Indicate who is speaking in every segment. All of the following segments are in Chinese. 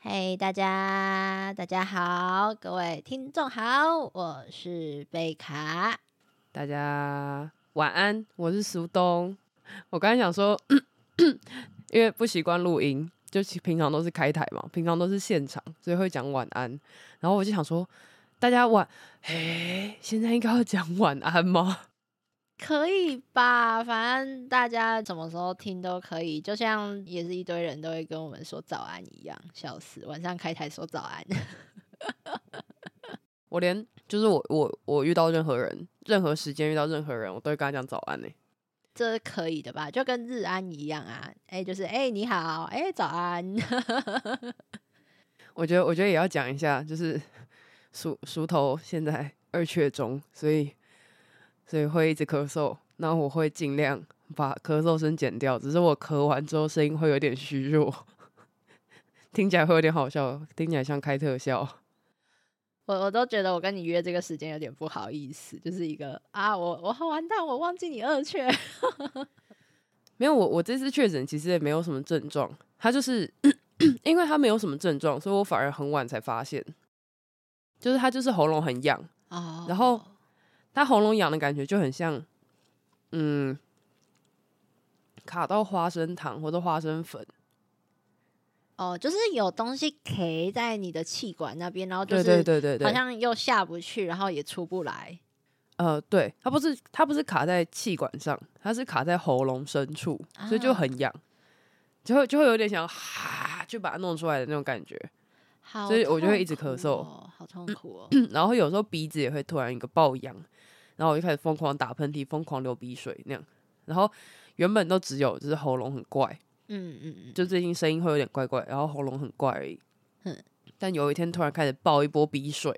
Speaker 1: 嘿、大家，大家好，各位听众好，我是贝卡。
Speaker 2: 大家晚安，我是苏东。我刚才想说， 因为不习惯录音，就其平常都是开台嘛，平常都是现场，所以会讲晚安。然后我就想说，大家晚，哎，现在应该要讲晚安吗？
Speaker 1: 可以吧？反正大家什么时候听都可以，就像也是一堆人都会跟我们说早安一样，笑死！晚上开台说早安，
Speaker 2: 我连就是我我我遇到任何人，任何时间遇到任何人，我都会跟他讲早安呢、欸
Speaker 1: 这是可以的吧？就跟日安一样啊，哎、就是哎、你好，哎、早安，
Speaker 2: 我觉得，我觉得也要讲一下，就是 鼠鼠头现在二确中，所以所以会一直咳嗽。那我会尽量把咳嗽声减掉，只是我咳完之后声音会有点虚弱， 听起来会有点好笑，听起来像开特效。
Speaker 1: 我我都觉得我跟你约这个时间有点不好意思，就是一个啊，我我完蛋，我忘记你二
Speaker 2: 哦
Speaker 1: 缺，
Speaker 2: 没有，我我这次确诊其实也没有什么症状，他就是 因为他没有什么症状，所以我反而很晚才发现，就是他就是喉咙很痒，
Speaker 1: 哦
Speaker 2: 然后它喉咙痒的感觉就很像，嗯，卡到花生糖或者花生粉，
Speaker 1: 哦，就是有东西 K 在你的气管那边，然后就
Speaker 2: 对
Speaker 1: 是
Speaker 2: 对对对对，
Speaker 1: 好像又下不去，然后也出不来。
Speaker 2: 呃，对，它不是它不是卡在气管上，它是卡在喉咙深处，所以就
Speaker 1: 啊
Speaker 2: 很痒，就会就会有点想哈，就把它弄出来的那种感觉，
Speaker 1: 好
Speaker 2: 所以我就会一
Speaker 1: 痛
Speaker 2: 直咳
Speaker 1: 苦
Speaker 2: 嗽嗯
Speaker 1: 哦，好痛苦哦。
Speaker 2: 然后有时候鼻子也会突然一个爆痒，然后我就开始疯狂打喷嚏，疯狂流鼻水那样，然后原本都只有就是喉咙很怪。
Speaker 1: 嗯嗯嗯，
Speaker 2: 就最近声音会有点怪怪，然后喉咙很怪而已。
Speaker 1: 嗯
Speaker 2: 但有一天突然开始爆一波鼻水，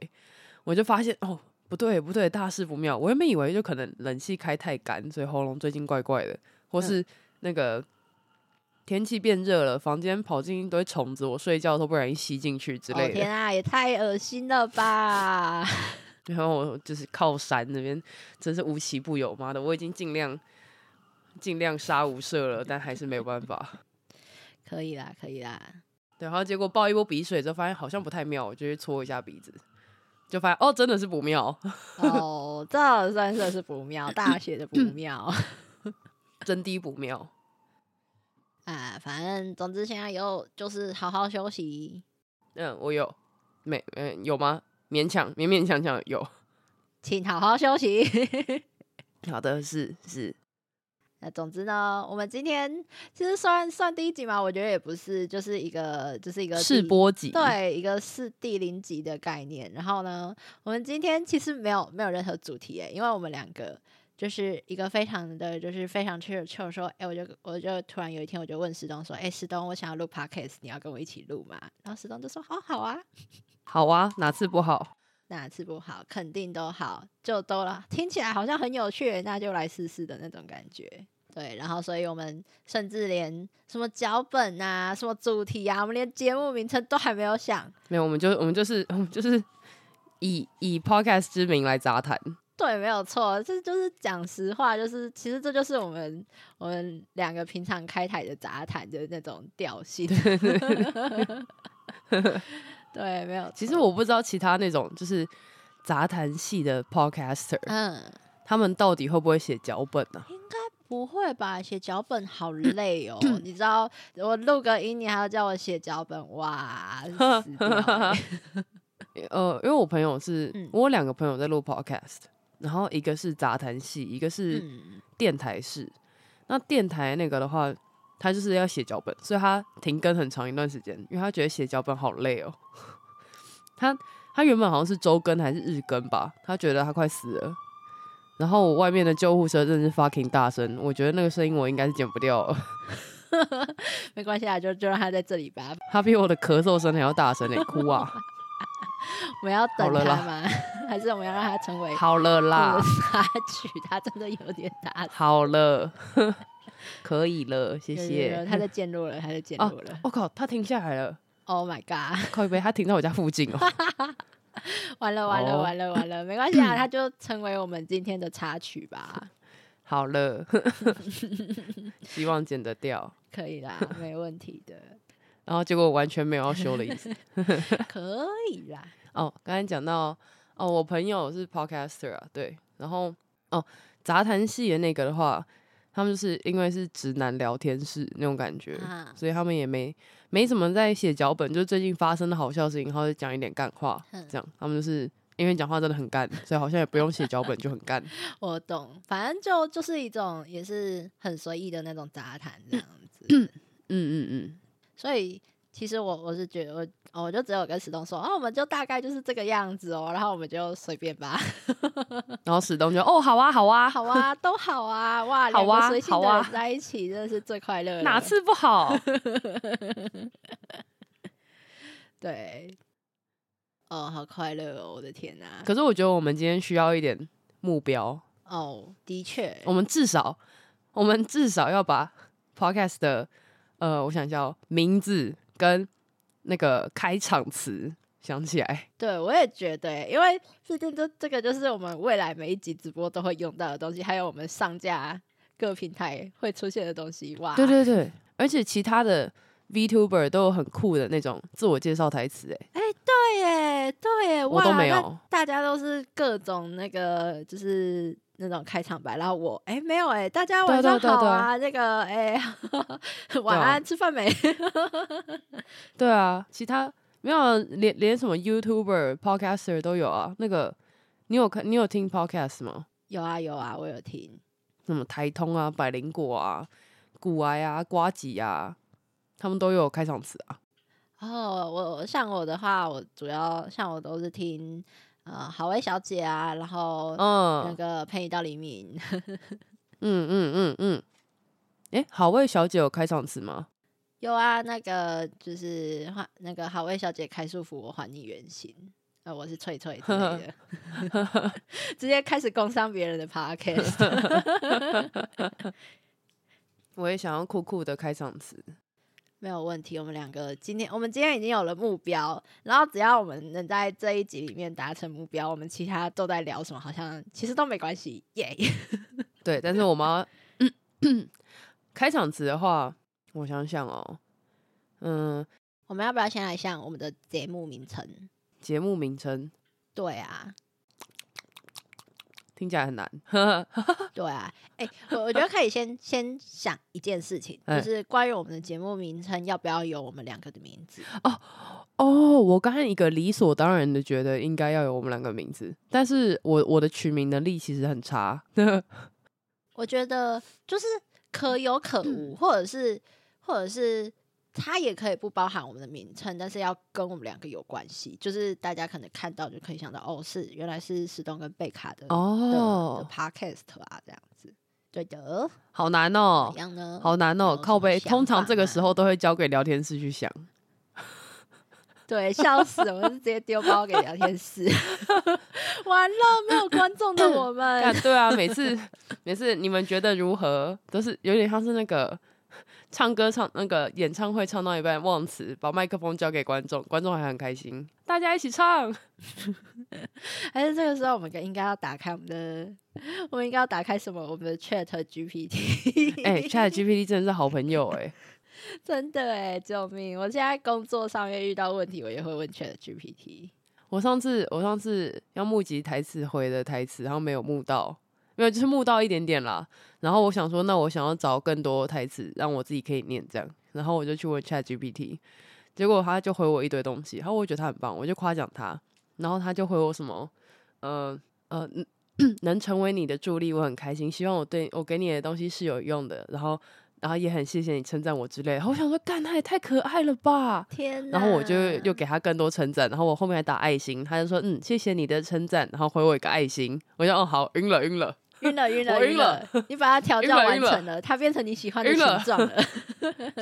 Speaker 2: 我就发现哦，不对不对，大事不妙。我原本以为就可能冷气开太干，所以喉咙最近怪怪的，或
Speaker 1: 嗯
Speaker 2: 是那个天气变热了，房间跑进一堆虫子，我睡觉都不小心吸进去之
Speaker 1: 哦
Speaker 2: 类的。
Speaker 1: 天啊，也太恶心了吧！
Speaker 2: 然后我就是靠山那边真是无奇不有，妈的，我已经尽量尽量杀无赦了，但还是没有办法。
Speaker 1: 可以啦，可以 啦。
Speaker 2: 对，然后结果爆一波鼻水之后，发现好像不太妙，我就去搓一下鼻子，就发现哦，真的是不妙，
Speaker 1: 哦，这算是是不妙，大学的不
Speaker 2: 嗯
Speaker 1: 妙
Speaker 2: 真的不妙。
Speaker 1: 啊。反正总之现在有就是好好休息。
Speaker 2: 嗯，我有，没，嗯，有吗？勉强，勉勉强强有。
Speaker 1: 请好好休息。
Speaker 2: 好的，是是，
Speaker 1: 那总之呢，我们今天其实算算第一集嘛，我觉得也不是，就是一个就是一个
Speaker 2: 试
Speaker 1: 第
Speaker 2: 波级，，
Speaker 1: 对，一个是第零集的概念。然后呢，我们今天其实没有没有任何主题诶，因为我们两个就是一个非常的就是非常 chill chill 说，哎，我就我就突然有一天我就问石东说，哎，石东，我想要录 podcast，你要跟我一起录吗？然后石东就说，好好啊，
Speaker 2: 好啊，哪次不好？
Speaker 1: 哪次不好，肯定都好，就都了。听起来好像很有趣，那就来试试的那种感觉。对，然后所以我们甚至连什么脚本啊、什么主题啊，我们连节目名称都还没有想。
Speaker 2: 没有，我们就我们就是我们就是以以 podcast 之名来杂谈，
Speaker 1: 对，没有错，这就是讲实话，就是其实这就是我们我们两个平常开台的杂谈的那种调性。 对，没有错。
Speaker 2: 其实我不知道其他那种就是杂谈系的 podcaster，、
Speaker 1: 嗯，
Speaker 2: 他们到底会不会写脚本啊？
Speaker 1: 不会吧？写脚本好累哦，你知道我录个音，你还要叫我写脚本， 哇， 死掉欸
Speaker 2: 呃，因为我朋友是、
Speaker 1: 嗯
Speaker 2: 我有两个朋友在录 podcast，然后一个是杂谈系，一个是
Speaker 1: 嗯，
Speaker 2: 电台式。那电台那个的话，他就是要写脚本，所以他停更很长一段时间，因为他觉得写脚本好累哦。 他他原本好像是周更还是日更吧，他觉得他快死了。然后我外面的救护车真是 fucking 大声，我觉得那个声音我应该是剪不掉了，
Speaker 1: 没关系啊，就就让他在这里吧，
Speaker 2: 他比我的咳嗽声还要大声嘞、哭 啊！
Speaker 1: 我们要等
Speaker 2: 好了
Speaker 1: 他
Speaker 2: 啦
Speaker 1: 吗？ 还是我们要让他成为
Speaker 2: 好了啦
Speaker 1: 我。插曲？他真的有点大
Speaker 2: 好了， 可以了，谢
Speaker 1: 有有有
Speaker 2: 谢。
Speaker 1: 他在渐弱了，他在渐
Speaker 2: 啊
Speaker 1: 弱了。
Speaker 2: 我、靠，他停下来了，
Speaker 1: 哦 Oh my god！
Speaker 2: 靠背，他停在我家附近哦。
Speaker 1: 完了完了
Speaker 2: 哦
Speaker 1: 完了完了，没关 系啊，他就成为我们今天的插曲吧，
Speaker 2: 好 了，希望剪得掉。
Speaker 1: 可以啦，没问题的。
Speaker 2: 然后结果完全没有要修的意思。
Speaker 1: 可以啦。
Speaker 2: 哦，刚才讲到哦，我朋友是 podcaster 啊，对，然后哦，杂谈系的那个的话，他们就是因为是直男聊天室那种感觉，
Speaker 1: 啊，
Speaker 2: 所以他们也没没怎么在写脚本，就最近发生的好笑事情，然后就讲一点干话，
Speaker 1: 嗯
Speaker 2: 这样他们就是因为讲话真的很干，所以好像也不用写脚本就很 干。
Speaker 1: 我懂，反正就就是一种也是很随意的那种杂谈这样子。
Speaker 2: 嗯嗯嗯，
Speaker 1: 所以其实我我是觉得我哦我就只有跟石东说，哦，我们就大概就是这个样子哦，然后我们就随便吧，
Speaker 2: 然后史东就哦，好啊好啊，
Speaker 1: 好啊，都好啊，哇，
Speaker 2: 好
Speaker 1: 两个
Speaker 2: 啊
Speaker 1: 随性
Speaker 2: 好
Speaker 1: 的人
Speaker 2: 啊
Speaker 1: 在一起真的是最快乐了。
Speaker 2: 哪次 不好？
Speaker 1: 对，哦，好快乐哦，我的天哪、
Speaker 2: 可是我觉得我们今天需要一点目标，
Speaker 1: 哦，的确，
Speaker 2: 我们至少我们至少要把 podcast 的呃，我想一下、哦，名字跟那个开场词想起来。
Speaker 1: 对，我也觉得欸，因为毕竟这这个就是我们未来每一集直播都会用到的东西，还有我们上架各平台会出现的东西。哇，
Speaker 2: 对，对对， 而且其他的 VTuber 都有很酷的那种自我介绍台词、哎，
Speaker 1: 对耶，对耶，
Speaker 2: 我都
Speaker 1: 哇
Speaker 2: 没
Speaker 1: 那
Speaker 2: 有
Speaker 1: 大家都是各种那个就是。那种开场白，然后我哎、没有哎、大家
Speaker 2: 对
Speaker 1: 晚
Speaker 2: 对
Speaker 1: 上
Speaker 2: 对
Speaker 1: 好
Speaker 2: 对
Speaker 1: 啊，那个哎、 晚
Speaker 2: 对啊
Speaker 1: 安，吃饭没？
Speaker 2: 对啊，其他没有啊连连什么 YouTuber、Podcaster 都有啊。那个你有看你有听 Podcast 吗？
Speaker 1: 有啊有啊，我有听，
Speaker 2: 什么台通啊、百灵果啊、古癌啊、瓜吉啊，他们都有开场词啊。
Speaker 1: 哦，我像我的话，我主要像我都是听呃好味小姐啊，然后那
Speaker 2: 嗯
Speaker 1: 个陪你到黎明，
Speaker 2: 嗯嗯嗯嗯。哎、好味小姐有开场词吗？
Speaker 1: 有啊，那个就是还那个好味小姐开束缚，我还你原形。呃，我是翠翠之类的， 直接开始工伤别人的 podcast。
Speaker 2: 我也想要酷酷的开场词。
Speaker 1: 没有问题。我们两个今天，我们今天已经有了目标，然后只要我们能在这一集里面达成目标，我们其他都在聊什么，好像其实都没关系，耶、
Speaker 2: 对，但是我们要 开场词的话，我想想哦，嗯，
Speaker 1: 我们要不要先来想我们的节目名称？
Speaker 2: 节目名称
Speaker 1: 对啊，
Speaker 2: 听起来很难，
Speaker 1: 对啊，哎、我我觉得可以先先想一件事情，就
Speaker 2: 哎
Speaker 1: 是关于我们的节目名称要不要有我们两个的名字？
Speaker 2: 哦，我刚才一个理所当然的觉得应该要有我们两个名字，但是我我的取名能力其实很差，
Speaker 1: 我觉得就是可有可无，或者是或者是它也可以不包含我们的名称，但是要跟我们两个有关系，就是大家可能看到就可以想到，哦，是原来是史东跟贝卡的的的
Speaker 2: 哦，
Speaker 1: podcast 啊，这样子。对的，
Speaker 2: 好难
Speaker 1: 怎
Speaker 2: 哦
Speaker 1: 么，样呢？
Speaker 2: 好难
Speaker 1: 有
Speaker 2: 哦，
Speaker 1: 什
Speaker 2: 靠
Speaker 1: 么
Speaker 2: 背，
Speaker 1: 想
Speaker 2: 通常
Speaker 1: 法
Speaker 2: 这个
Speaker 1: 吗
Speaker 2: 时候都会交给聊天室去想，
Speaker 1: 对，笑死！我是直接丢包给聊天室， 完了，没有观众的我
Speaker 2: 但
Speaker 1: 们，
Speaker 2: 对啊，每次每次你们觉得如何，都是有点像是那个唱歌唱那个演唱会唱到一半忘词，把麦克风交给观众，观众还很开心，大家一起唱。
Speaker 1: 还是这个时候我们应该要打开我们的，我们应该要打开什么？我们的 Chat GPT，
Speaker 2: 哎、c h a t GPT 真的是好朋友哎、
Speaker 1: 真的哎、救命！我现在工作上面遇到问题，我也会问 Chat GPT。
Speaker 2: 我上次我上次要募集台词回的台词，然后没有募到，没有就是募到一点点啦。然后我想说，那我想要找更多台词，让我自己可以念这样。然后我就去问 Chat GPT，结果他就回我一堆东西，然后我觉得他很棒，我就夸奖他。然后他就回我什么，呃呃，嗯能成为你的助力，我很开心。希望我对我给你的东西是有用的，然后然后也很谢谢你称赞我之类的。然后我想说，干他也太可爱了吧！
Speaker 1: 天哪！
Speaker 2: 然后我就又给他更多称赞，然后我后面还打爱心，他就说嗯谢谢你的称赞，然后回我一个爱心，我就哦好晕了晕了
Speaker 1: 晕了，晕
Speaker 2: 我
Speaker 1: 了，
Speaker 2: 晕
Speaker 1: 晕了！你把它调
Speaker 2: 晕
Speaker 1: 教
Speaker 2: 了
Speaker 1: 完
Speaker 2: 晕了
Speaker 1: 成了，它变成你喜欢的
Speaker 2: 晕
Speaker 1: 形
Speaker 2: 了
Speaker 1: 状 了。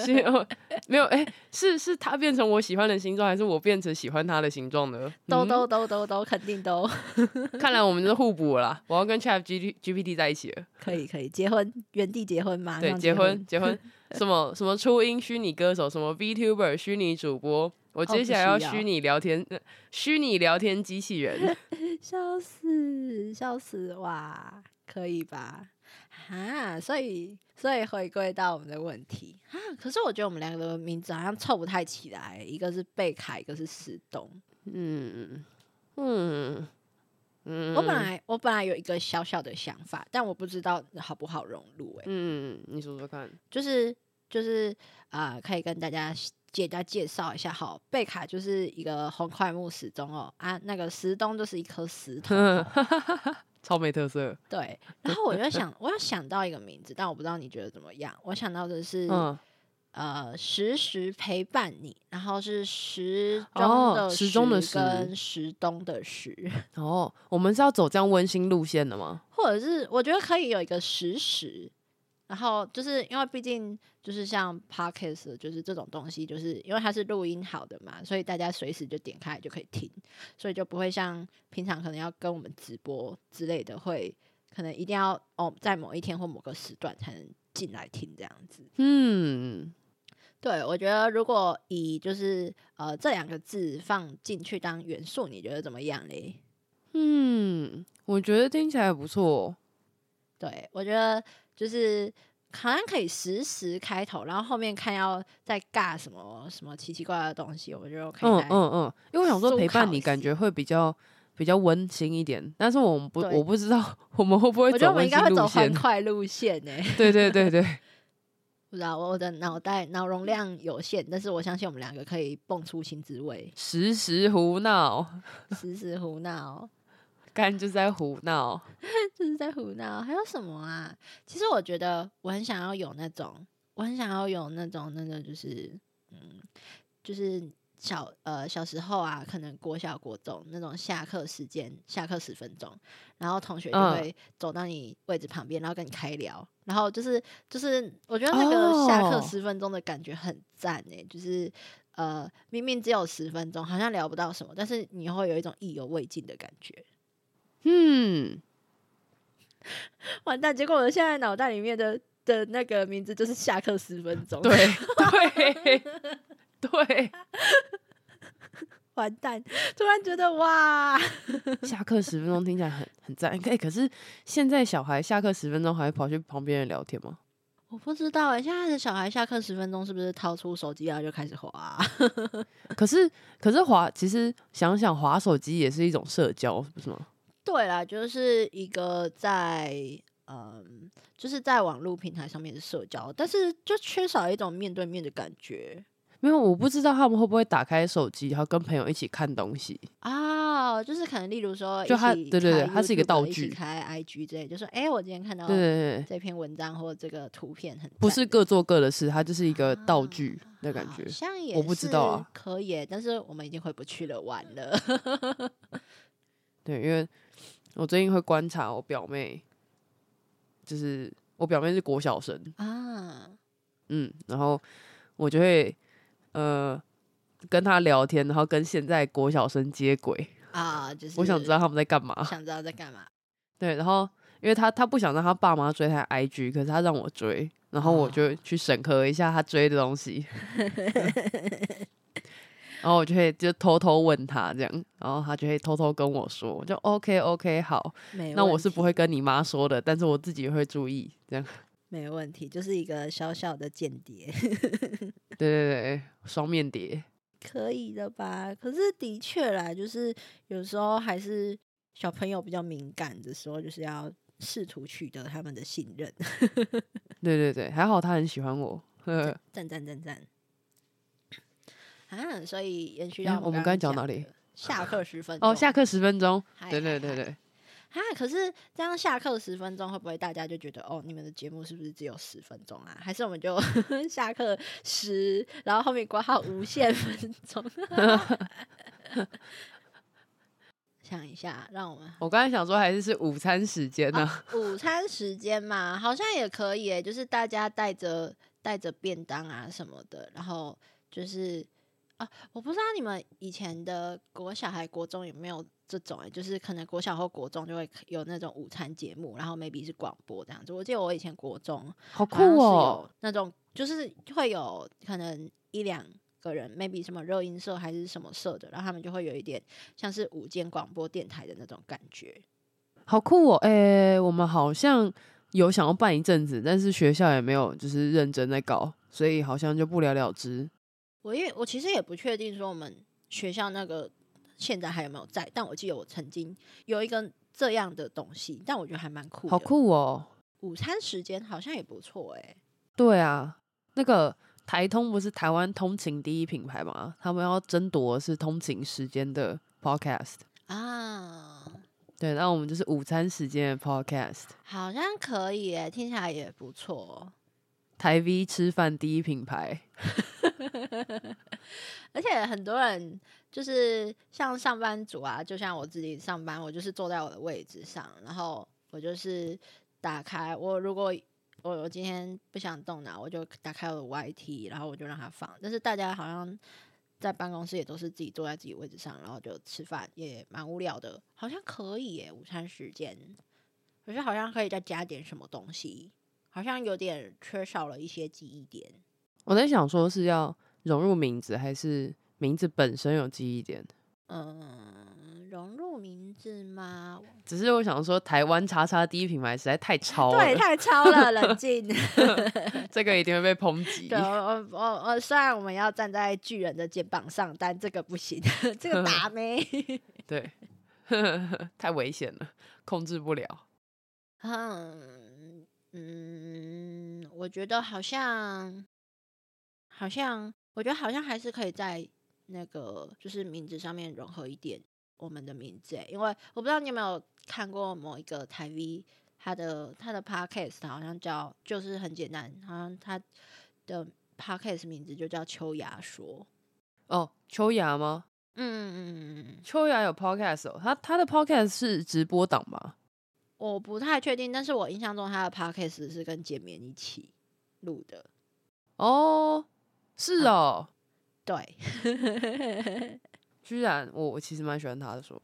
Speaker 2: 是哦没有哎、是是他变成我喜欢的形状，还是我变成喜欢他的形状呢？
Speaker 1: 都
Speaker 2: 嗯
Speaker 1: 都都都都，肯定都
Speaker 2: 看来我们是互补了啦，我要跟 Chat G G P T 在一起了，
Speaker 1: 可以，可以结婚，原地结婚嘛？
Speaker 2: 对，
Speaker 1: 上
Speaker 2: 结
Speaker 1: 婚
Speaker 2: 婚 结婚，什么什么初音虚拟歌手，什么 VTuber 虚拟主播，我接
Speaker 1: 不
Speaker 2: 下来要
Speaker 1: 需要
Speaker 2: 虚拟聊天，呃虚拟聊天 机器人，
Speaker 1: 笑死，笑死，哇，可以吧？啊，所以所以回归到我们的问题啊，可是我觉得我们两个的名字好像凑不太起来，一个是贝凯，一个是石东。
Speaker 2: 嗯嗯嗯，
Speaker 1: 我本来我本来有一个小小的想法，但我不知道好不好融入、欸。
Speaker 2: 嗯，你说说看，
Speaker 1: 就是就是啊、呃可以跟大家介大家介绍一下哈，贝卡就是一个红块木石钟哦啊，那个石钟就是一颗石头哦、
Speaker 2: 超没特色。
Speaker 1: 对，然后我就想，我有想到一个名字，但我不知道你觉得怎么样。我想到的是、
Speaker 2: 嗯，
Speaker 1: 呃，时时陪伴你，然后是时钟
Speaker 2: 哦
Speaker 1: 的
Speaker 2: 时钟的
Speaker 1: 时
Speaker 2: 时
Speaker 1: 跟时钟的时，
Speaker 2: 哦，我们是要走这样温馨路线的吗？
Speaker 1: 或者是我觉得可以有一个时时。然后就是因为毕竟就是像 podcast 就是这种东西，就是因为它是录音好的嘛，所以大家随时就点开就可以听，所以就不会像平常可能要跟我们直播之类的，会可能一定要哦在某一天或某个时段才能进来听这样子。
Speaker 2: 嗯，
Speaker 1: 对，我觉得如果以就是呃这两个字放进去当元素，你觉得怎么样嘞？
Speaker 2: 嗯，我觉得听起来不错。哦
Speaker 1: 对我觉得就是好像可以时时开头，然后后面看要再尬什么什么奇奇怪怪的东西，我就可以
Speaker 2: 嗯
Speaker 1: 来。
Speaker 2: 嗯嗯，因为我想说
Speaker 1: 思
Speaker 2: 陪伴
Speaker 1: 考
Speaker 2: 你，
Speaker 1: 一
Speaker 2: 感
Speaker 1: 下
Speaker 2: 觉会比较比较温馨一点。但是我们不，
Speaker 1: 对
Speaker 2: 我不知道我们会不会
Speaker 1: 我觉得
Speaker 2: 走
Speaker 1: 我们
Speaker 2: 温
Speaker 1: 应
Speaker 2: 馨
Speaker 1: 该会
Speaker 2: 路
Speaker 1: 走
Speaker 2: 线
Speaker 1: 欢。快路线呢、
Speaker 2: 对对对对，，
Speaker 1: 不知道我的脑袋脑容量有限，但是我相信我们两个可以蹦出新滋味
Speaker 2: 时时胡闹，
Speaker 1: 时时胡闹，
Speaker 2: 干就是在胡闹。
Speaker 1: 就是在胡闹。还有什么啊？其实我觉得我很想要有那种，我很想要有那种那个就是嗯，就是小呃小时候啊，可能国小国中那种下课时间，下课十分钟，然后同学就
Speaker 2: 嗯
Speaker 1: 会走到你位置旁边，然后跟你开聊，然后就是就是我觉得那个下课
Speaker 2: 哦
Speaker 1: 十分钟的感觉很赞诶、就是。呃，明明只有十分钟，好像聊不到什么，但是你会有一种意犹未尽的感觉。
Speaker 2: 嗯，
Speaker 1: 完蛋！结果我现在脑袋里面的的那个名字就是下课十分钟。
Speaker 2: 对对对，
Speaker 1: 完蛋！突然觉得哇，
Speaker 2: 下课十分钟听起来很很赞。 哎、可是现在小孩下课十分钟还会跑去旁边人聊天吗？
Speaker 1: 我不知道哎、现在的小孩下课十分钟是不是掏出手机然后就开始滑、啊
Speaker 2: 可是可是滑，其实想想滑手机也是一种社交，不是吗？
Speaker 1: 对啦，就是一个在嗯，就是在网络平台上面的社交，但是就缺少一种面对面的感觉
Speaker 2: 没有，我不知道他们会不会打开手机，然后跟朋友一起看东西。
Speaker 1: 啊、就是可能例如说一起
Speaker 2: 就它
Speaker 1: 开 YouTube 的，
Speaker 2: 对对对它是一个道
Speaker 1: 一起
Speaker 2: 具
Speaker 1: 开 IG 之类，就说哎、诶我今天看到
Speaker 2: 对对对，
Speaker 1: 这篇文章或这个图片很
Speaker 2: 不
Speaker 1: 赞
Speaker 2: 是各做各的事，它就是一个道具的感觉
Speaker 1: 好。像也
Speaker 2: 我不知道啊
Speaker 1: 是可以耶，但是我们已经回不去了，完 了。
Speaker 2: 对，因为我最近会观察我表妹，就是我表妹是国小生，
Speaker 1: 啊，
Speaker 2: 嗯，然后我就会呃跟她聊天，然后跟现在国小生接轨。
Speaker 1: 啊，就是
Speaker 2: 我想知道他们在干嘛。
Speaker 1: 想知道在干嘛。
Speaker 2: 对，然后因为她她不想让她爸妈追她 IG，可是她让我追，然后
Speaker 1: 哦
Speaker 2: 我就去审核一下她追的 东西。然后我就会就偷偷问她这样，然后她就会偷偷跟我说，我就 OK OK 好，
Speaker 1: 没
Speaker 2: 那我
Speaker 1: 问
Speaker 2: 是不
Speaker 1: 题
Speaker 2: 会跟你妈说的，但是我自己会注意。这样，
Speaker 1: 没问题，就是一个小小的间谍，
Speaker 2: 对对对，双面谍。
Speaker 1: 可以的吧？可是的确啦，就是有时候还是小朋友比较敏感的时候，就是要试图取得他们的信任。
Speaker 2: 对对对，还好他很喜欢我。 呵
Speaker 1: 赞赞赞赞。啊，所以延续
Speaker 2: 哎
Speaker 1: 到
Speaker 2: 我们
Speaker 1: 刚
Speaker 2: 刚才讲
Speaker 1: 讲
Speaker 2: 哪里
Speaker 1: 的？下课十分
Speaker 2: 哦，
Speaker 1: 钟
Speaker 2: 下课十分钟。
Speaker 1: 嗨
Speaker 2: 对
Speaker 1: 嗨
Speaker 2: 对对
Speaker 1: 嗨
Speaker 2: 对，
Speaker 1: 啊，可是这样下课十分钟，会不会大家就觉得哦，你们的节目是不是只有十分钟啊？还是我们就 下课十，然后后面挂号无限分钟？ 想一下，让我们
Speaker 2: 我刚才想说还是是午餐时间呢、
Speaker 1: 啊 午餐时间嘛，好像也可以诶，就是大家带着带着便当啊什么的，然后就是啊，我不知道你们以前的国小还国中有没有这种诶，欸就是可能国小或国中就会有那种午餐节目，然后 maybe 是广播这样子。我记得我以前国中
Speaker 2: 好
Speaker 1: 好像是
Speaker 2: 酷哦！
Speaker 1: 有那种就是会有可能一两个人，maybe 什么热音社还是什么社的，然后他们就会有一点像是午间广播电台的那种感觉。
Speaker 2: 好酷哦！哎、我们好像有想要办一阵子，但是学校也没有就是认真在搞，所以好像就不了了之。
Speaker 1: 我也我其实也不确定说我们学校那个现在还有没有在，但我记得我曾经有一个这样的东西，但我觉得还蛮酷的。
Speaker 2: 好！酷哦！
Speaker 1: 午餐时间好像也不错哎、
Speaker 2: 对啊，那个台通不是台湾通勤第一品牌吗？他们要争夺的是通勤时间的 podcast。
Speaker 1: 啊，
Speaker 2: 对，那我们就是午餐时间的 podcast。
Speaker 1: 好像可以哎、听起来也不错。哦
Speaker 2: 台 V 吃饭第一品牌，
Speaker 1: 而且很多人就是像上班族啊，就像我自己上班，我就是坐在我的位置上，然后我就是打开我如果我我今天不想动脑，我就打开我的 YT，然后我就让它放。但是大家好像在办公室也都是自己坐在自己位置上，然后就吃饭，也蛮无聊的。好像可以耶，午餐时间，可是好像可以再加点什么东西，好像有点缺少了一些记忆点。
Speaker 2: 我在想说是要融入名字，还是名字本身有记忆点？
Speaker 1: 嗯，融入名字吗？
Speaker 2: 只是我想说，台湾叉叉第一品牌实在太超
Speaker 1: 对，
Speaker 2: 了，
Speaker 1: 太超了， 冷静。
Speaker 2: 这个一定会被抨击
Speaker 1: 对，。哦我我我我虽然我们要站在巨人的肩膀上，但这个不行， 这个打没。
Speaker 2: 对， 太危险了，控制不了。
Speaker 1: 嗯嗯，我觉得好像好像，我觉得好像还是可以在那个就是名字上面融合一点我们的名字欸，因为我不知道你有没有看过某一个台 V，他的他的 podcast 好像叫就是很简单，好像他的 podcast 名字就叫秋雅说，
Speaker 2: 哦，秋雅吗？
Speaker 1: 嗯嗯嗯嗯嗯。
Speaker 2: 秋雅有 podcast 哦，她她的 podcast 是直播档吧？
Speaker 1: 我不太确定，但是我印象中他的 podcast 是跟简眠一起录的，
Speaker 2: 哦，是
Speaker 1: 嗯
Speaker 2: 哦，
Speaker 1: 对。
Speaker 2: 居然我我其实蛮喜欢她的说，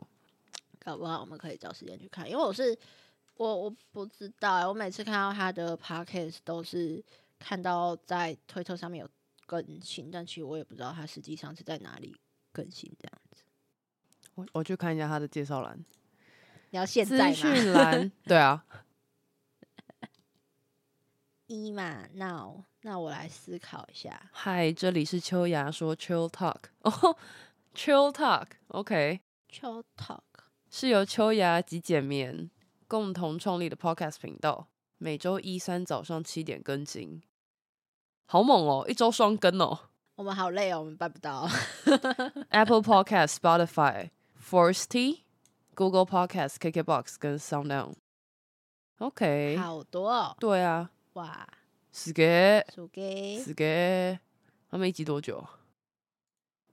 Speaker 1: 搞不好我们可以找时间去看，因为我是我我不知道欸、我每次看到他的 podcast 都是看到在推特上面有更新，但其实我也不知道他实际上是在哪里更新这样子。
Speaker 2: 我我去看一下她的介绍栏，
Speaker 1: 你要现在
Speaker 2: 资
Speaker 1: 吗？
Speaker 2: 讯栏， 对啊，
Speaker 1: 一嘛，now，那我来思考一下。
Speaker 2: 嗨，这里是秋雅说 Chill Talk 哦，Chill Talk，OK，、
Speaker 1: Chill Talk，
Speaker 2: 是由秋雅及简眠共同创立的 Podcast 频道，每周一三早上七点更新，好猛哦，一周双更哦
Speaker 1: 我们好累哦，我们办不 到。
Speaker 2: ，Apple Podcast、Spotify、Foresty、Google Podcast、KKBox 跟 SoundOn，OK，、OK，
Speaker 1: 好多哦，
Speaker 2: 对啊，
Speaker 1: 哇，
Speaker 2: 死给
Speaker 1: 输给
Speaker 2: 死给，他们一集多久？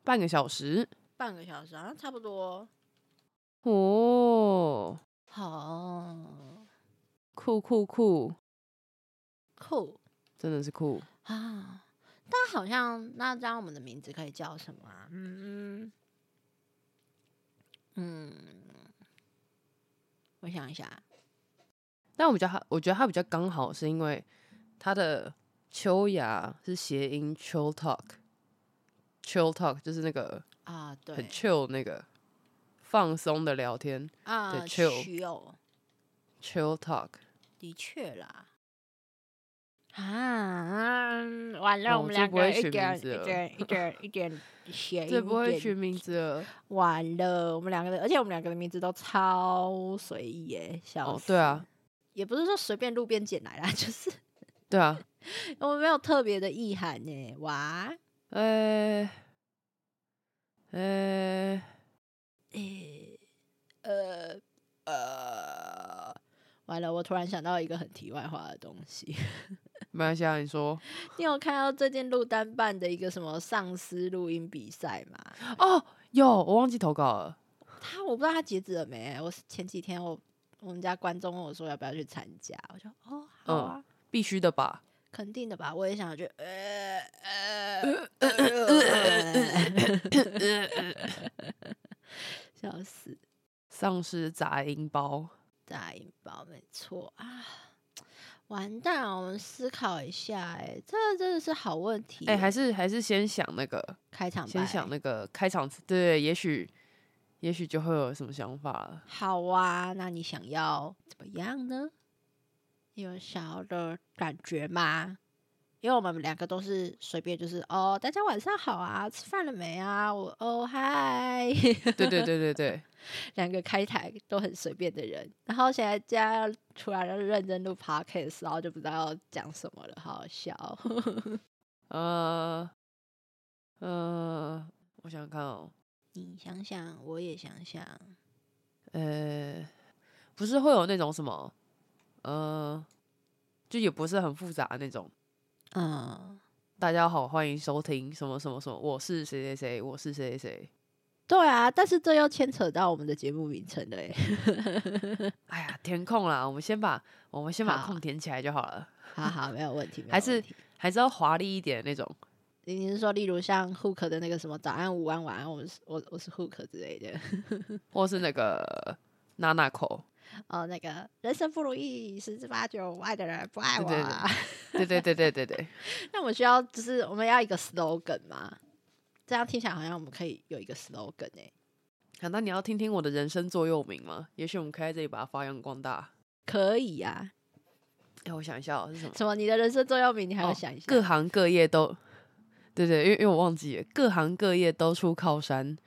Speaker 2: 半个小时
Speaker 1: 半个小时，好像差不多。
Speaker 2: 哦。
Speaker 1: 好
Speaker 2: 酷酷酷，
Speaker 1: 酷
Speaker 2: 真的是酷。
Speaker 1: 啊，但好像那这样我们的名字可以叫什么、啊？嗯嗯我想一下，
Speaker 2: 但我比较好，我觉得它比较刚好，是因为它的秋雅是谐音 chill talk，chill talk 就是那个
Speaker 1: 啊，
Speaker 2: 很
Speaker 1: 对
Speaker 2: chill 那个放松的聊天
Speaker 1: 啊，
Speaker 2: chill
Speaker 1: 需要
Speaker 2: chill talk。
Speaker 1: 的确啦。啊，完了，
Speaker 2: 哦
Speaker 1: 我们
Speaker 2: 这
Speaker 1: 两
Speaker 2: 不
Speaker 1: 个
Speaker 2: 会
Speaker 1: 一
Speaker 2: 取
Speaker 1: 点
Speaker 2: 名
Speaker 1: 一
Speaker 2: 字了
Speaker 1: 点一 点一点谐
Speaker 2: 这
Speaker 1: 音，
Speaker 2: 不会取名字了
Speaker 1: 完了，我们两个的，而且我们两个的名字都超随意耶，笑
Speaker 2: 哦
Speaker 1: 死。，
Speaker 2: 对啊，
Speaker 1: 也不是说随便路边捡来啦， 就是
Speaker 2: 对 啊，
Speaker 1: 我们没有特别的意涵呢。哇，
Speaker 2: 呃呃，
Speaker 1: 诶、呃呃，完了，我突然想到一个很题外话的东西。
Speaker 2: 没关系啊，你说
Speaker 1: 你有看到最近陆丹办的一个什么丧尸录音比赛吗？
Speaker 2: 哦，有我忘记投稿了。
Speaker 1: 他我不知道他截止了没、欸我是前几天我我们家观众问我说要不要去参加，我说哦好
Speaker 2: 嗯
Speaker 1: 啊，
Speaker 2: 必须的吧？
Speaker 1: 肯定的吧。我也想去，呃呃呃 笑死。
Speaker 2: 丧尸杂音包，
Speaker 1: 大引爆，没错啊！完蛋了，我们思考一下、哎，这真的是好问题耶。
Speaker 2: 哎、还是还是先想那个，
Speaker 1: 开场白，
Speaker 2: 先想那个开场词，对，也许也许就会有什么想法了。
Speaker 1: 好啊。那你想要怎么样呢？有想要的感觉吗？因为我们两个都是随便，就是哦，大家晚上好啊，吃饭了没啊？我哦嗨，
Speaker 2: 对对对对对，
Speaker 1: 两个开台都很随便的人，然后现在家突然要认真录 podcast，然后就不知道要讲什么了，好好笑哦。
Speaker 2: 呃呃，我想想看哦，
Speaker 1: 你想想，我也想想，
Speaker 2: 呃，不是会有那种什么，呃，就也不是很复杂的那种。
Speaker 1: 嗯，
Speaker 2: 大家好，欢迎收听什么什么什么，我是谁谁谁，我是谁谁谁。
Speaker 1: 对啊，但是这又牵扯到我们的节目名称了诶。
Speaker 2: 哎呀，填空啦，我们先把我们先把
Speaker 1: 好
Speaker 2: 空填起来就好了，
Speaker 1: 好好，没有问题，没有
Speaker 2: 还
Speaker 1: 问
Speaker 2: 是
Speaker 1: 题
Speaker 2: 还是要华丽一点那种。
Speaker 1: 你你是说，例如像 Hook 的那个什么早安、午安、晚安，我是我我是 Hook 之类的，
Speaker 2: 或是那个娜娜口，
Speaker 1: 哦，那个人生不如意十之八九，我爱的人不爱
Speaker 2: 对
Speaker 1: 我
Speaker 2: 对
Speaker 1: 啊。
Speaker 2: 对对对对对对，
Speaker 1: 那我们需要就是我们要一个 slogan 吗？这样听起来好像我们可以有一个 slogan 哎、
Speaker 2: 啊，那你要听听我的人生座右铭吗？也许我们可以在这里把它发扬光大。
Speaker 1: 可以呀、
Speaker 2: 哎、我想一下、哦、是什么
Speaker 1: 啊。？什么？你的人生座右铭，你还要
Speaker 2: 哦
Speaker 1: 想一下。
Speaker 2: 各行各业都，对对，因为因为我忘记了，各行各业都出靠山，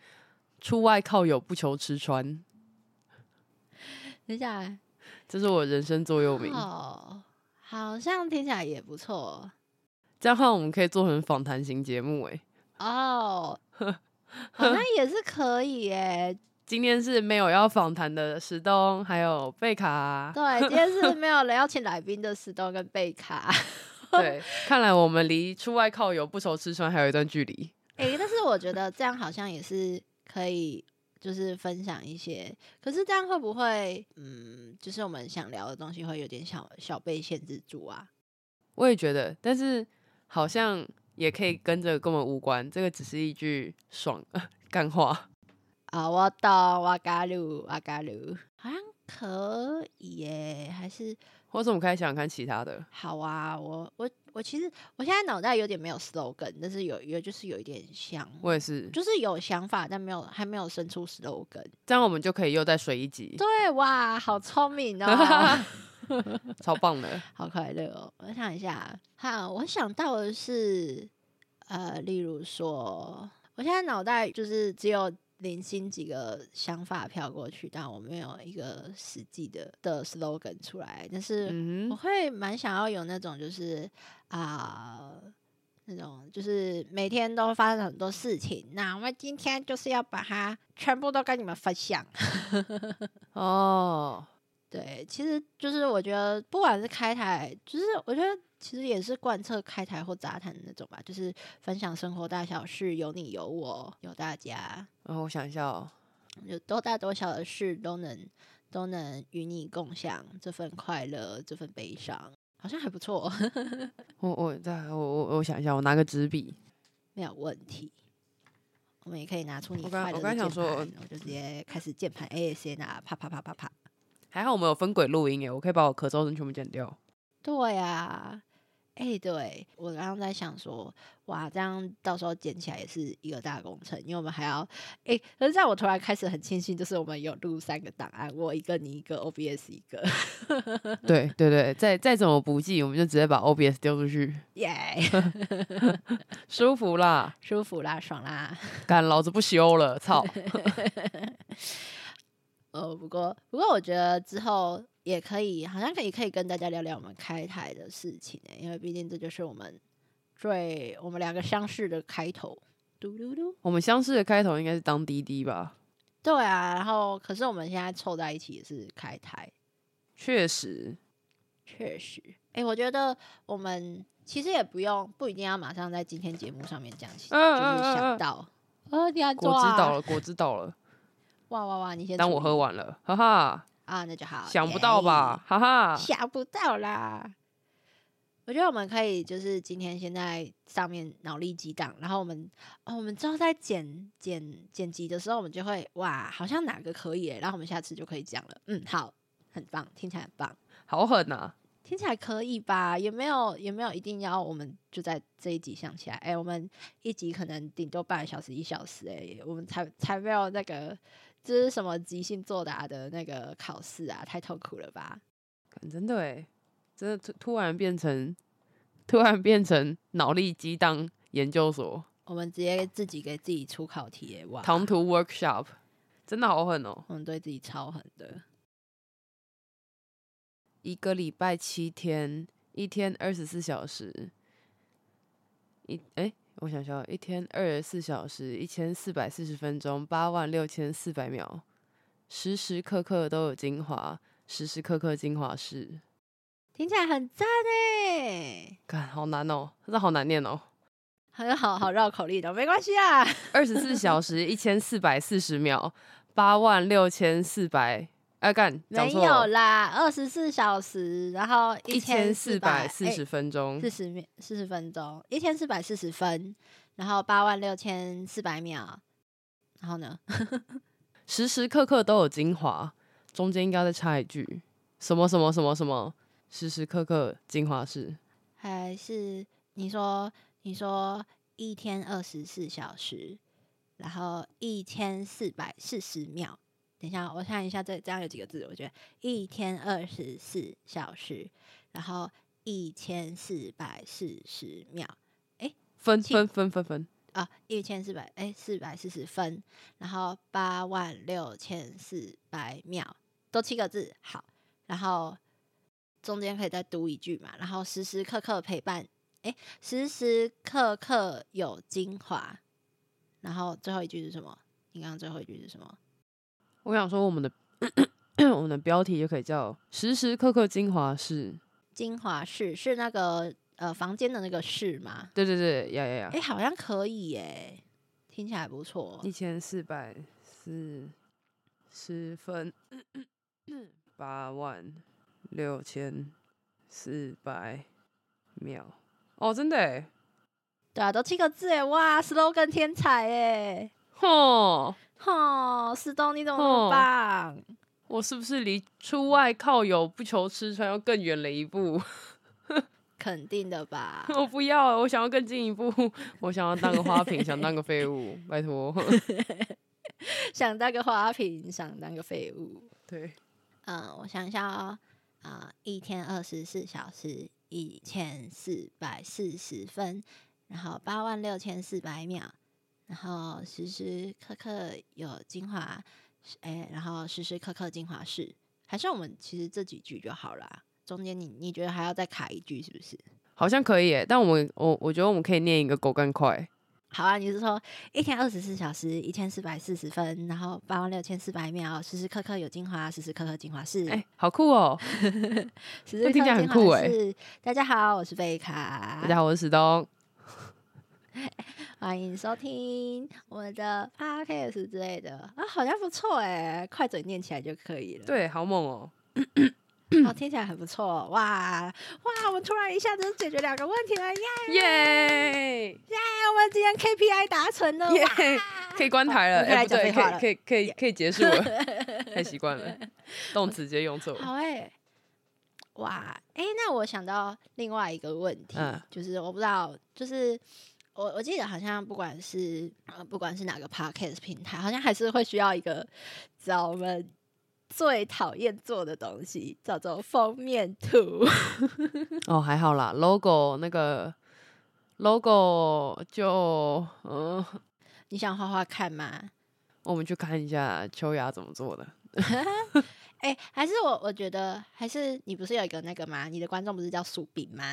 Speaker 2: 出外靠友不求吃穿，
Speaker 1: 接下来，
Speaker 2: 这是我人生座右铭。
Speaker 1: 哦，好像听起来也不错哦
Speaker 2: 这样的话，我们可以做成访谈型节目、哎，
Speaker 1: 哦，好像也是可以哎、
Speaker 2: 今天是没有要访谈的石东，还有贝卡。
Speaker 1: 对，今天是没有人要请来宾的石头跟贝卡。
Speaker 2: 对，看来我们离出外靠友不愁吃穿还有一段距离。
Speaker 1: 诶、但是我觉得这样好像也是可以，就是分享一些。可是这样会不会，嗯，就是我们想聊的东西会有点小小被限制住啊？
Speaker 2: 我也觉得，但是好像也可以跟着跟我们无关，这个只是一句爽 干话。
Speaker 1: 啊，我懂，哇嘎噜，哇嘎噜，好像可以耶，还是
Speaker 2: 或者我们可以想想看其他的，
Speaker 1: 好啊？我我我其实我现在脑袋有点没有 slogan，但是有有就是有一点想，
Speaker 2: 我也是。
Speaker 1: 就是有想法，但没有还没有生出 slogan。
Speaker 2: 这样我们就可以又再水一集，
Speaker 1: 对哇，好聪明哦，
Speaker 2: 超棒的。
Speaker 1: 好快乐哦！我想一下，哈，我想到的是，呃，例如说，我现在脑袋就是只有零星几个想法飘过去，但我没有一个实际的的 slogan 出来，但是
Speaker 2: 嗯
Speaker 1: 我
Speaker 2: 哼，
Speaker 1: 会蛮想要有那种就是啊。那种就是每天都发生很多事情，那我们今天就是要把它全部都跟你们分享。
Speaker 2: 哦，
Speaker 1: 对，其实就是我觉得，不管是开台，就是我觉得其实也是贯彻开台或杂谈的那种吧，就是分享生活大小事，有你有我有大家，
Speaker 2: 然后我想一下哦，
Speaker 1: 有多大多小的事都能都能与你共享这份快乐，这份悲伤，好像还不错，
Speaker 2: 我我再我我我想一下，我拿个纸笔，
Speaker 1: 没有问题。我们也可以拿出你
Speaker 2: 我刚
Speaker 1: 快乐
Speaker 2: 我
Speaker 1: 的
Speaker 2: 刚
Speaker 1: 键
Speaker 2: 想
Speaker 1: 盘，
Speaker 2: 说
Speaker 1: 我就直接开始键盘 ASN 啊，啪啪啪啪啪。
Speaker 2: 还好我们有分轨录音耶，我可以把我咳嗽声全部剪掉。
Speaker 1: 对啊，哎、对我刚刚在想说，哇，这样到时候捡起来也是一个大工程，因为我们还要，哎、可是这样我突然开始很庆幸，就是我们有录三个档案，我一个，你一个，OBS 一个，
Speaker 2: 对对对，再再怎么不济，我们就直接把 OBS 丢出去，
Speaker 1: 耶、
Speaker 2: 舒服啦，
Speaker 1: 舒服啦，爽啦。
Speaker 2: 干老子不修了，操！
Speaker 1: 呃，不过不过我觉得之后也可以，好像可以可以跟大家聊聊我们开台的事情、欸，因为毕竟这就是我们最我们两个相识的开头。嘟嘟嘟。
Speaker 2: 我们相识的开头应该是当滴滴吧？
Speaker 1: 对啊，然后可是我们现在凑在一起也是开台，
Speaker 2: 确实，
Speaker 1: 确实，哎、我觉得我们其实也不用，不一定要马上在今天节目上面讲起，
Speaker 2: 嗯
Speaker 1: 就是
Speaker 2: 嗯嗯
Speaker 1: 想
Speaker 2: 嗯
Speaker 1: 到，哦，你要
Speaker 2: 果
Speaker 1: 做
Speaker 2: 汁
Speaker 1: 啊
Speaker 2: 倒了，果汁倒 了，
Speaker 1: 哇哇哇，你先
Speaker 2: 当
Speaker 1: 处
Speaker 2: 我
Speaker 1: 理
Speaker 2: 喝完了，哈哈，
Speaker 1: 啊，那就好，
Speaker 2: 想不到吧，哈哈
Speaker 1: 耶？，想不到啦。我觉得我们可以就是今天先在上面脑力激荡，然后我们哦，我们之后在剪剪剪辑的时候，我们就会哇，好像哪个可以耶，然后我们下次就可以讲了。嗯，好，很棒，听起来很棒。
Speaker 2: 好狠呐、
Speaker 1: 听起来可以吧？也没有也没有一定要我们就在这一集想起来。哎、我们一集可能顶多半个小时一小时、哎，我们才才没有那个就是什么即兴作答的那个考试啊，太痛苦了吧？
Speaker 2: 干真的哎，真的突突然变成突然变成脑力激荡研究所
Speaker 1: 我们直接自己给自己出考题耶哇！
Speaker 2: 唐突 workshop，真的好狠哦、
Speaker 1: 我们对自己超狠的，
Speaker 2: 一个礼拜七天，一天二十四小时，一哎、我想想，一天二十四小时，一千四百四十分钟，八万六千四百秒，时时刻刻都有精华，时时刻刻精华是，
Speaker 1: 听起来很赞哎，
Speaker 2: 看好难哦、这好难念哦、
Speaker 1: 很好好绕口令的，没关系啊。
Speaker 2: 二十四小时，一千四百四十秒，八万六千四百，哎干，讲
Speaker 1: 没
Speaker 2: 错
Speaker 1: 有
Speaker 2: 了，
Speaker 1: 啦，二十四小时，然后
Speaker 2: 一千
Speaker 1: 千
Speaker 2: 四
Speaker 1: 百哎
Speaker 2: 百四十分钟
Speaker 1: 四，十秒四十分钟，一千四百四十分，然后八万六千四百秒，然后呢？
Speaker 2: 时时刻刻都有精华，中间应该再插一句什么什么什么什么，时时刻刻精华是
Speaker 1: 还是你说你说一天二十四小时，然后一千四百四十秒。等一下，我看一下这这样有几个字？我觉得一天二十四小时，然后一千四百四十秒
Speaker 2: 分
Speaker 1: 气
Speaker 2: 分分分分，
Speaker 1: 啊，一千四百哎四百四十分，然后八万六千四百秒，都七个字。好，然后中间可以再读一句嘛，然后时时刻刻陪伴，哎，时时刻刻有精华。然后最后一句是什么？你刚刚最后一句是什么？
Speaker 2: 我想说我们的 我们的标题就可以叫时时刻刻精华是，
Speaker 1: 精华室是那个呃房间的那个室吗？
Speaker 2: 对对对，呀呀呀
Speaker 1: 哎，，好像可以耶，听起来不错。
Speaker 2: 一千四百四十分，八万六千四百秒。哦，真的耶，
Speaker 1: 对啊，都七个字哎，哇，slogan 天才哎。
Speaker 2: 吼！
Speaker 1: 哦，石东，你怎么那么
Speaker 2: 哦
Speaker 1: 棒？
Speaker 2: 我是不是离出外靠友不求吃穿要更远了一步？？
Speaker 1: 肯定的吧
Speaker 2: 我不要，啊我想要更进一步，我想要当个花瓶，想当个废物，拜 托。
Speaker 1: 想当个花瓶，想当个废物。
Speaker 2: 对，
Speaker 1: 嗯，我想一下哦，啊、一天二十四小时，一千四百四十分，然后八万六千四百秒，然后时时刻刻有精华，哎，然后时时刻刻精华室，还是我们其实这几句就好啦。中间你你觉得还要再卡一句是不是？
Speaker 2: 好像可以耶，但我们我我觉得我们可以念一个狗干快，
Speaker 1: 好啊，你是说一天二十四小时，一千四百四十分，然后八万六千四百秒，时时刻刻有精华，时时刻刻精华室，
Speaker 2: 哎、好酷哦！
Speaker 1: 时时刻刻
Speaker 2: 听起来很酷哎
Speaker 1: 是大家好，我是贝卡，
Speaker 2: 大家好，我是史东，
Speaker 1: 欢迎收听我们的 podcast 之类的啊，好像不错哎、快嘴念起来就可以了，
Speaker 2: 对，好猛哦。
Speaker 1: 哦，听起来很不错，哇哇，我们突然一下子就解决两个问题了耶！
Speaker 2: 耶
Speaker 1: 我们今天 KPI 达成了
Speaker 2: 耶
Speaker 1: 哇！，
Speaker 2: 可以关台了，
Speaker 1: 我们可以
Speaker 2: 哎、
Speaker 1: 来
Speaker 2: 不
Speaker 1: 讲
Speaker 2: 对，
Speaker 1: 废话了
Speaker 2: 可以可以可以可以结 束了，太习惯了，动词直接用错。
Speaker 1: 好哎、哇，哎、那我想到另外一个问题，
Speaker 2: 嗯
Speaker 1: 就是我不知道，就是我我记得好像不管是呃不管是哪个 podcast 平台，好像还是会需要一个找我们最讨厌做的东西，叫做封面图。
Speaker 2: 哦，还好啦，logo 那个 logo 就嗯、
Speaker 1: 你想画画看吗？
Speaker 2: 我们去看一下秋雅怎么做的。
Speaker 1: 哎、还是我我觉得，还是你不是有一个那个吗？你的观众不是叫薯饼吗？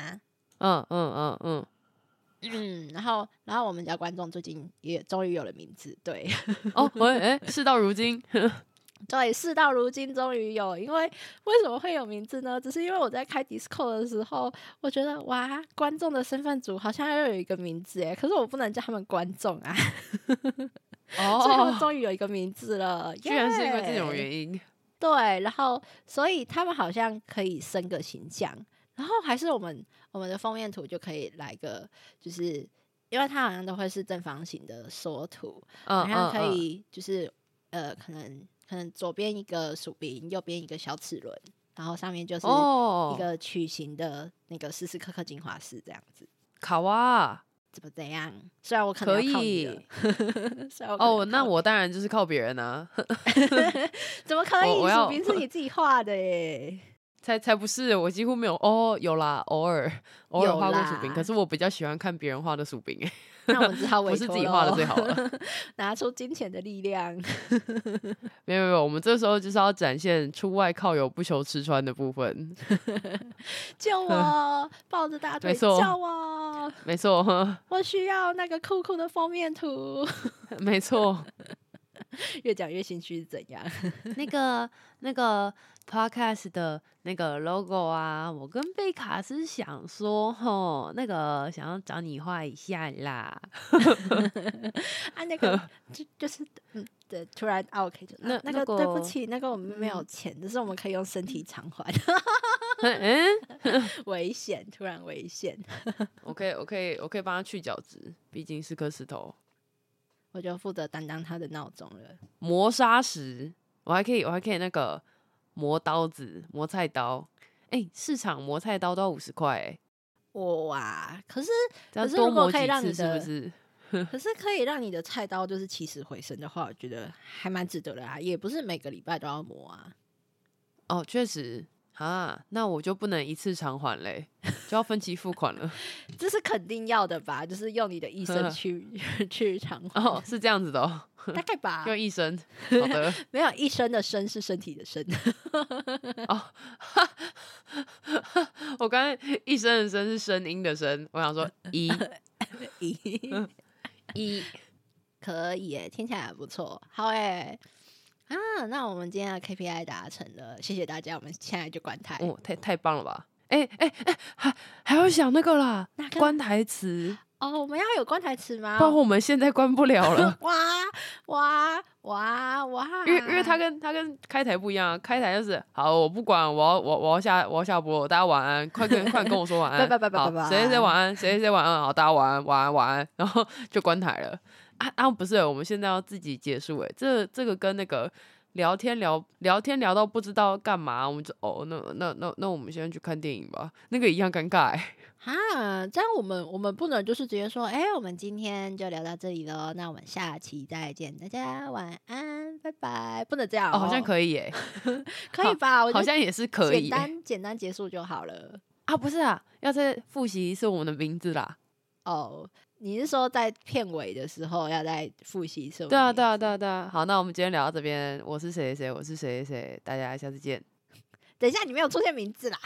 Speaker 2: 嗯嗯嗯嗯，
Speaker 1: 嗯，然后然后我们家观众最近也终于有了名字，对。
Speaker 2: 哦，喂，哎、事到 如今，
Speaker 1: 对，事到如今终于有，因为为什么会有名字呢？只是因为我在开 Discord 的时候，我觉得哇，观众的身份组好像要有一个名字哎，可是我不能叫他们观众啊， 所以他们
Speaker 2: 哦，
Speaker 1: 终于有一个名字了，
Speaker 2: 居然是因为这种
Speaker 1: 因。
Speaker 2: 原因，
Speaker 1: 对，然后所以他们好像可以升个形象，然后还是我们我们的封面图就可以来个，就是因为它好像都会是正方形的缩图，
Speaker 2: 嗯
Speaker 1: 然后
Speaker 2: 嗯
Speaker 1: 可
Speaker 2: 嗯，
Speaker 1: 以就是呃，可能可能左边一个薯饼，右边一个小齿轮，然后上面就是一
Speaker 2: 哦，
Speaker 1: 个曲形的那个时时刻刻精华室这样子，
Speaker 2: 卡哇，
Speaker 1: 怎么怎样？虽然我可能要靠你了
Speaker 2: 可 以，
Speaker 1: 虽然我可能要
Speaker 2: 哦，那
Speaker 1: 靠
Speaker 2: 我当然就是靠别人啊，
Speaker 1: 怎么可以？
Speaker 2: 我
Speaker 1: 薯
Speaker 2: 我要
Speaker 1: 饼是你自己画的耶，
Speaker 2: 才才不是，我几乎没有哦，有啦，偶尔偶尔
Speaker 1: 有
Speaker 2: 画过
Speaker 1: 啦
Speaker 2: 薯饼，可是我比较喜欢看别人画的薯饼、欸，
Speaker 1: 那我只好
Speaker 2: 不
Speaker 1: 委
Speaker 2: 是
Speaker 1: 托
Speaker 2: 自己画的
Speaker 1: 咯
Speaker 2: 最好 啊了。
Speaker 1: 拿出金钱的力量。
Speaker 2: 没有没有，我们这时候就是要展现出外靠友不求吃穿的部分，
Speaker 1: 救 我！抱着大腿
Speaker 2: 没错
Speaker 1: 叫我！
Speaker 2: 没错 呵
Speaker 1: 我需要那个酷酷的封面图。
Speaker 2: 没错，
Speaker 1: 越讲越心虚是怎样？
Speaker 2: 那个那个 podcast 的那个 logo 啊，我跟贝卡是想说，吼，那个想要找你画一下啦。
Speaker 1: 啊，那个就就是嗯，对，突然 OK 就那
Speaker 2: 那
Speaker 1: 那
Speaker 2: 如
Speaker 1: 个对不
Speaker 2: 果
Speaker 1: 起，那个我们没有钱，只是我们可以用身体偿还。
Speaker 2: 嗯，
Speaker 1: 危险，突然危险，
Speaker 2: 我可以，我可以，我可以帮他去角质，毕竟是颗石头，
Speaker 1: 我就负责担当他的闹钟了。
Speaker 2: 磨砂石，我还可以，我还可以那个磨刀子，磨菜刀。哎、市场磨菜刀都要五十块，哎，
Speaker 1: 哇！啊 可是
Speaker 2: 这样
Speaker 1: 可是
Speaker 2: 多
Speaker 1: 如果
Speaker 2: 磨
Speaker 1: 可以
Speaker 2: 几
Speaker 1: 让你
Speaker 2: 次是
Speaker 1: 的
Speaker 2: 不是？
Speaker 1: 可是可以让你的菜刀就是起死回生的话，我觉得还蛮值得的啊。也不是每个礼拜都要磨啊。
Speaker 2: 哦，确实啊，那我就不能一次偿还嘞，就要分期付款了。
Speaker 1: 这是肯定要的吧？就是用你的一生去 去偿还，
Speaker 2: 哦，是这样子的、哦，
Speaker 1: 大概吧
Speaker 2: 用。一生。好的，
Speaker 1: 没有一生的生是身体的生，
Speaker 2: 我刚才一生的生是声音的声，我想说一
Speaker 1: 咦
Speaker 2: 一，
Speaker 1: 可以耶，听起来还不错。好诶。啊，那我们今天的 KPI 达成了，谢谢大家，我们现在就关台。
Speaker 2: 哦，太太棒了吧！哎哎哎，还还要想那个啦
Speaker 1: 那，个
Speaker 2: 关台词，
Speaker 1: 哦，我们要有关台词吗？。
Speaker 2: 不然我们现在关不了了
Speaker 1: 哇哇哇哇！
Speaker 2: 因为因为他跟他跟开台不一样啊，开台就是好，我不管，我要我我要下我要下播了，大家晚安，快跟快跟我说晚安，
Speaker 1: 拜拜拜拜
Speaker 2: 好
Speaker 1: 拜拜
Speaker 2: 谁谁谁晚安，谁谁谁晚安，好，大家晚安晚安晚安，然后 就关台了。啊啊，不是，我们现在要自己结束哎、这这个跟那个聊天聊聊天聊到不知道干嘛，我们就哦，那那那那我们现在去看电影吧，那个一样尴尬、欸。
Speaker 1: 啊，这样我们我们不能就是直接说，哎、我们今天就聊到这里喽，那我们下期再见，大家晚安，拜拜，不能这样、
Speaker 2: 哦，好像可以哎、
Speaker 1: 可以吧？我觉
Speaker 2: 好
Speaker 1: 得
Speaker 2: 像也是可
Speaker 1: 哦简
Speaker 2: 以、欸。
Speaker 1: 单简单结束就好了。
Speaker 2: 啊，不是啊，要再复习一次我们的名字啦。
Speaker 1: 哦，你是说在片尾的时候要再复习一次？
Speaker 2: 对啊，对啊，对，啊，对啊。好，那我们今天聊到这边，我是谁谁谁，我是谁谁谁，大家下次见。
Speaker 1: 等一下你没有出现名字啦，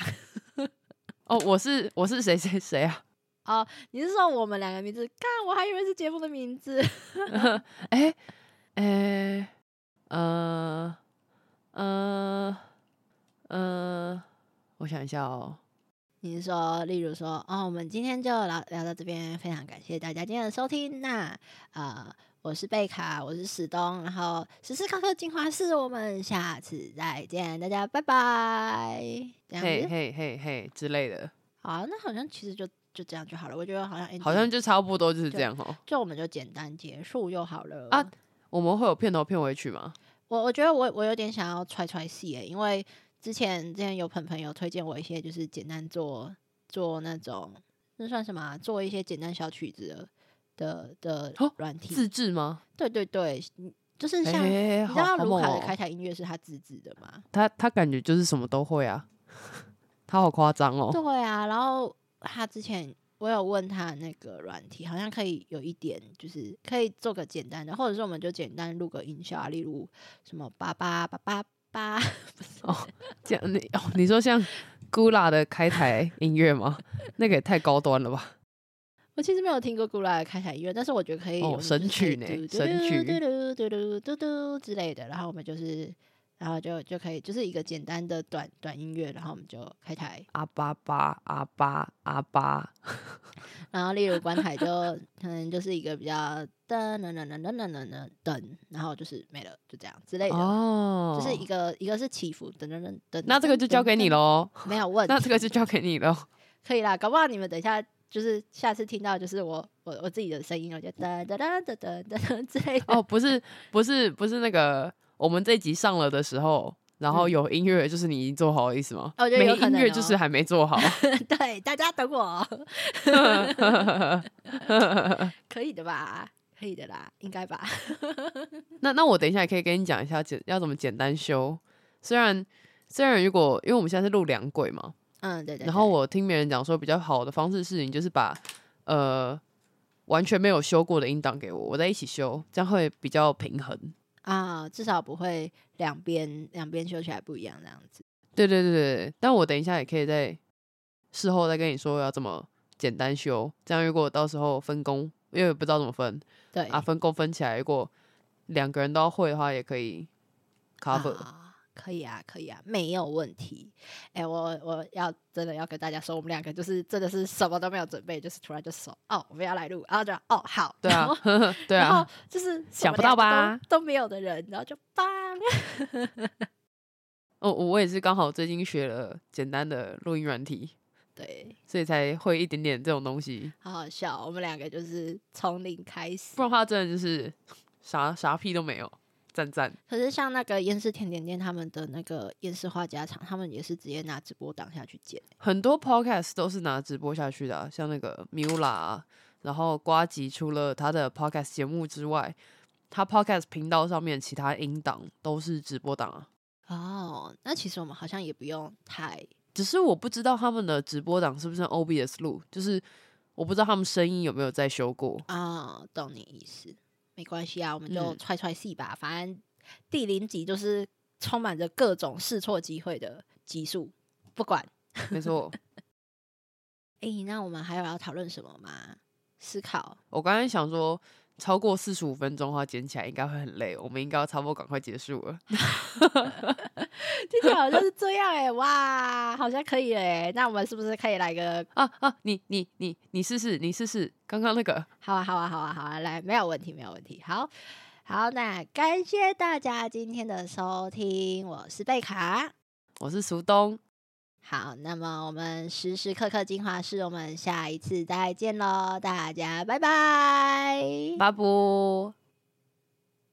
Speaker 2: 哦，我是我是谁谁谁啊？
Speaker 1: 你是说我们两个名字？看，我还以为是节目的名字。
Speaker 2: 哎哎呃呃呃，我想一下哦。
Speaker 1: 你是说，例如说，哦，我们今天就聊聊到这边，非常感谢大家今天的收听。那呃，我是贝卡，我是史东，然后时时刻刻进化室，我们下次再见，大家拜拜。这样
Speaker 2: 嘿
Speaker 1: 子，
Speaker 2: 嘿嘿嘿之类的，
Speaker 1: 好啊、那好像其实就就这样就好了。我觉得好像
Speaker 2: 好
Speaker 1: ending-
Speaker 2: 像就差不多就是
Speaker 1: 就
Speaker 2: 这样哦。
Speaker 1: 就我们就简单结束就好了
Speaker 2: 啊我们会有片头片尾曲吗？
Speaker 1: 我我觉得我我有点想要揣揣戏耶，因为之前之前有朋朋友推荐我一些，就是简单做做那种那算什么啊、做一些简单小曲子的的的
Speaker 2: 哦
Speaker 1: 软体、
Speaker 2: 自制吗？
Speaker 1: 对对对，嗯就是
Speaker 2: 哎
Speaker 1: 像、
Speaker 2: 哎，哎
Speaker 1: 你知
Speaker 2: 好
Speaker 1: 道
Speaker 2: 好
Speaker 1: 卢
Speaker 2: 猛
Speaker 1: 卡的
Speaker 2: 哦
Speaker 1: 开台音乐是他自制的吗？
Speaker 2: 他他感觉就是什么都会啊， 他好夸张哦。
Speaker 1: 对啊，然后他之前我有问他那个软体，好像可以有一点，就是可以做个简单的，或者是我们就简单录个音效啊，例如什么叭叭叭叭叭， 不是
Speaker 2: 哦这样你哦，你说像 Gula 的开台音乐吗？那个也太高端了吧！
Speaker 1: 我其实没有听过古拉的开场音乐，但是我觉得可以
Speaker 2: 哦
Speaker 1: 我们就是
Speaker 2: 神
Speaker 1: 可以
Speaker 2: 曲呢
Speaker 1: 嘟嘟
Speaker 2: 神
Speaker 1: 嘟
Speaker 2: 曲
Speaker 1: 嘟嘟嘟嘟嘟之类的。然后我们就是，然后就就可以就是一个简单的短短音乐，然后我们就开台。
Speaker 2: 阿巴巴阿巴阿巴，
Speaker 1: 然后例如关台就可能就是一个比较噔噔噔噔噔噔噔噔噔，然后就是没了，就这样之类的。
Speaker 2: 哦，
Speaker 1: 就是一个一个是起伏，噔噔噔噔。
Speaker 2: 那这个就交给你
Speaker 1: 了，
Speaker 2: 喽，
Speaker 1: 没有问题。
Speaker 2: 那这个就交给你喽。
Speaker 1: 可以啦，搞不好你们等一下就是下次听到就是我我我自己的声音，我就噔噔噔噔噔噔之类的。
Speaker 2: 哦，不是不是不是那个，我们这一集上了的时候。然后
Speaker 1: 嗯
Speaker 2: 有音乐，就是你已经做好的意思吗？
Speaker 1: 哦我觉得
Speaker 2: 没
Speaker 1: 有可
Speaker 2: 音
Speaker 1: 能
Speaker 2: 乐就
Speaker 1: 哦
Speaker 2: 是还没做好。
Speaker 1: 对，大家等我，可以的吧？可以的啦，应该吧？
Speaker 2: 那那我等一下也可以跟你讲一下简要怎么简单修。虽然虽然如果因为我们现在是录两轨嘛，
Speaker 1: 嗯，对对
Speaker 2: 然后
Speaker 1: 对
Speaker 2: 我听别人讲说比较好的方式是，你就是把呃完全没有修过的音档给我，我在一起修，这样会比较平衡。
Speaker 1: 啊，至少不会两边两边修起来不一样这样子。
Speaker 2: 对对对对，对但我等一下也可以在事后再跟你说要怎么简单修，这样如果到时候分工，因为不知道怎么分
Speaker 1: 对
Speaker 2: 啊，分工分起来，如果两个人都要会的话，也可以 cover。
Speaker 1: 啊可以啊，可以啊，没有问题。哎、我我要真的要跟大家说，我们两个就是真的是什么都没有准备，就是突然就说哦，我们要来录，然后就哦好，
Speaker 2: 对
Speaker 1: 然
Speaker 2: 啊
Speaker 1: 后，
Speaker 2: 对
Speaker 1: 然后
Speaker 2: 啊，
Speaker 1: 就是什
Speaker 2: 想
Speaker 1: 么
Speaker 2: 不到
Speaker 1: 两个
Speaker 2: 吧
Speaker 1: 都，都没有的人，然后就棒，
Speaker 2: 哦，我也是刚好最近学了简单的录音软体，
Speaker 1: 对，
Speaker 2: 所以才会一点点这种东西。
Speaker 1: 好好笑。我们两个就是从零开始
Speaker 2: 不。然的话真的就是啥啥屁都没有，赞赞。
Speaker 1: 可是像那个燕氏甜点店他们的那个燕氏画家常，他们也是直接拿直播档下去剪。
Speaker 2: 很多 podcast 都是拿直播下去的啊、像那个 Mula，啊然后瓜吉除了他的 podcast 节目之外，他 podcast 频道上面其他音档都是直播档啊。
Speaker 1: 哦，那其实我们好像也不用太
Speaker 2: 只是我不知道他们的直播档是不是用 OBS 录，就是我不知道他们声音有没有在修过。
Speaker 1: 啊、懂你意思，没关系啊，我们就
Speaker 2: 嗯
Speaker 1: 踹踹戏吧。反正第零集就是充满着各种试错机会的集数，不管。
Speaker 2: 没错，
Speaker 1: 诶，那我们还有要讨论什么吗？思考
Speaker 2: 我刚刚想说，超过四十五分钟的话，剪起来应该会很累，我们应该要差不多赶快结束了。
Speaker 1: 听起来好像是这样哎、哇，好像可以了哎、那我们是不是可以来个
Speaker 2: 啊啊，你你你你试试，你试试，刚刚那个
Speaker 1: 好啊，好啊，好啊，好啊，来，没有问题，没有问题。好，好，那感谢大家今天的收听，我是贝卡。
Speaker 2: 我是苏东，
Speaker 1: 好，那么我们时时刻刻精华室，我们下一次再见喽，大家拜拜。
Speaker 2: 巴布。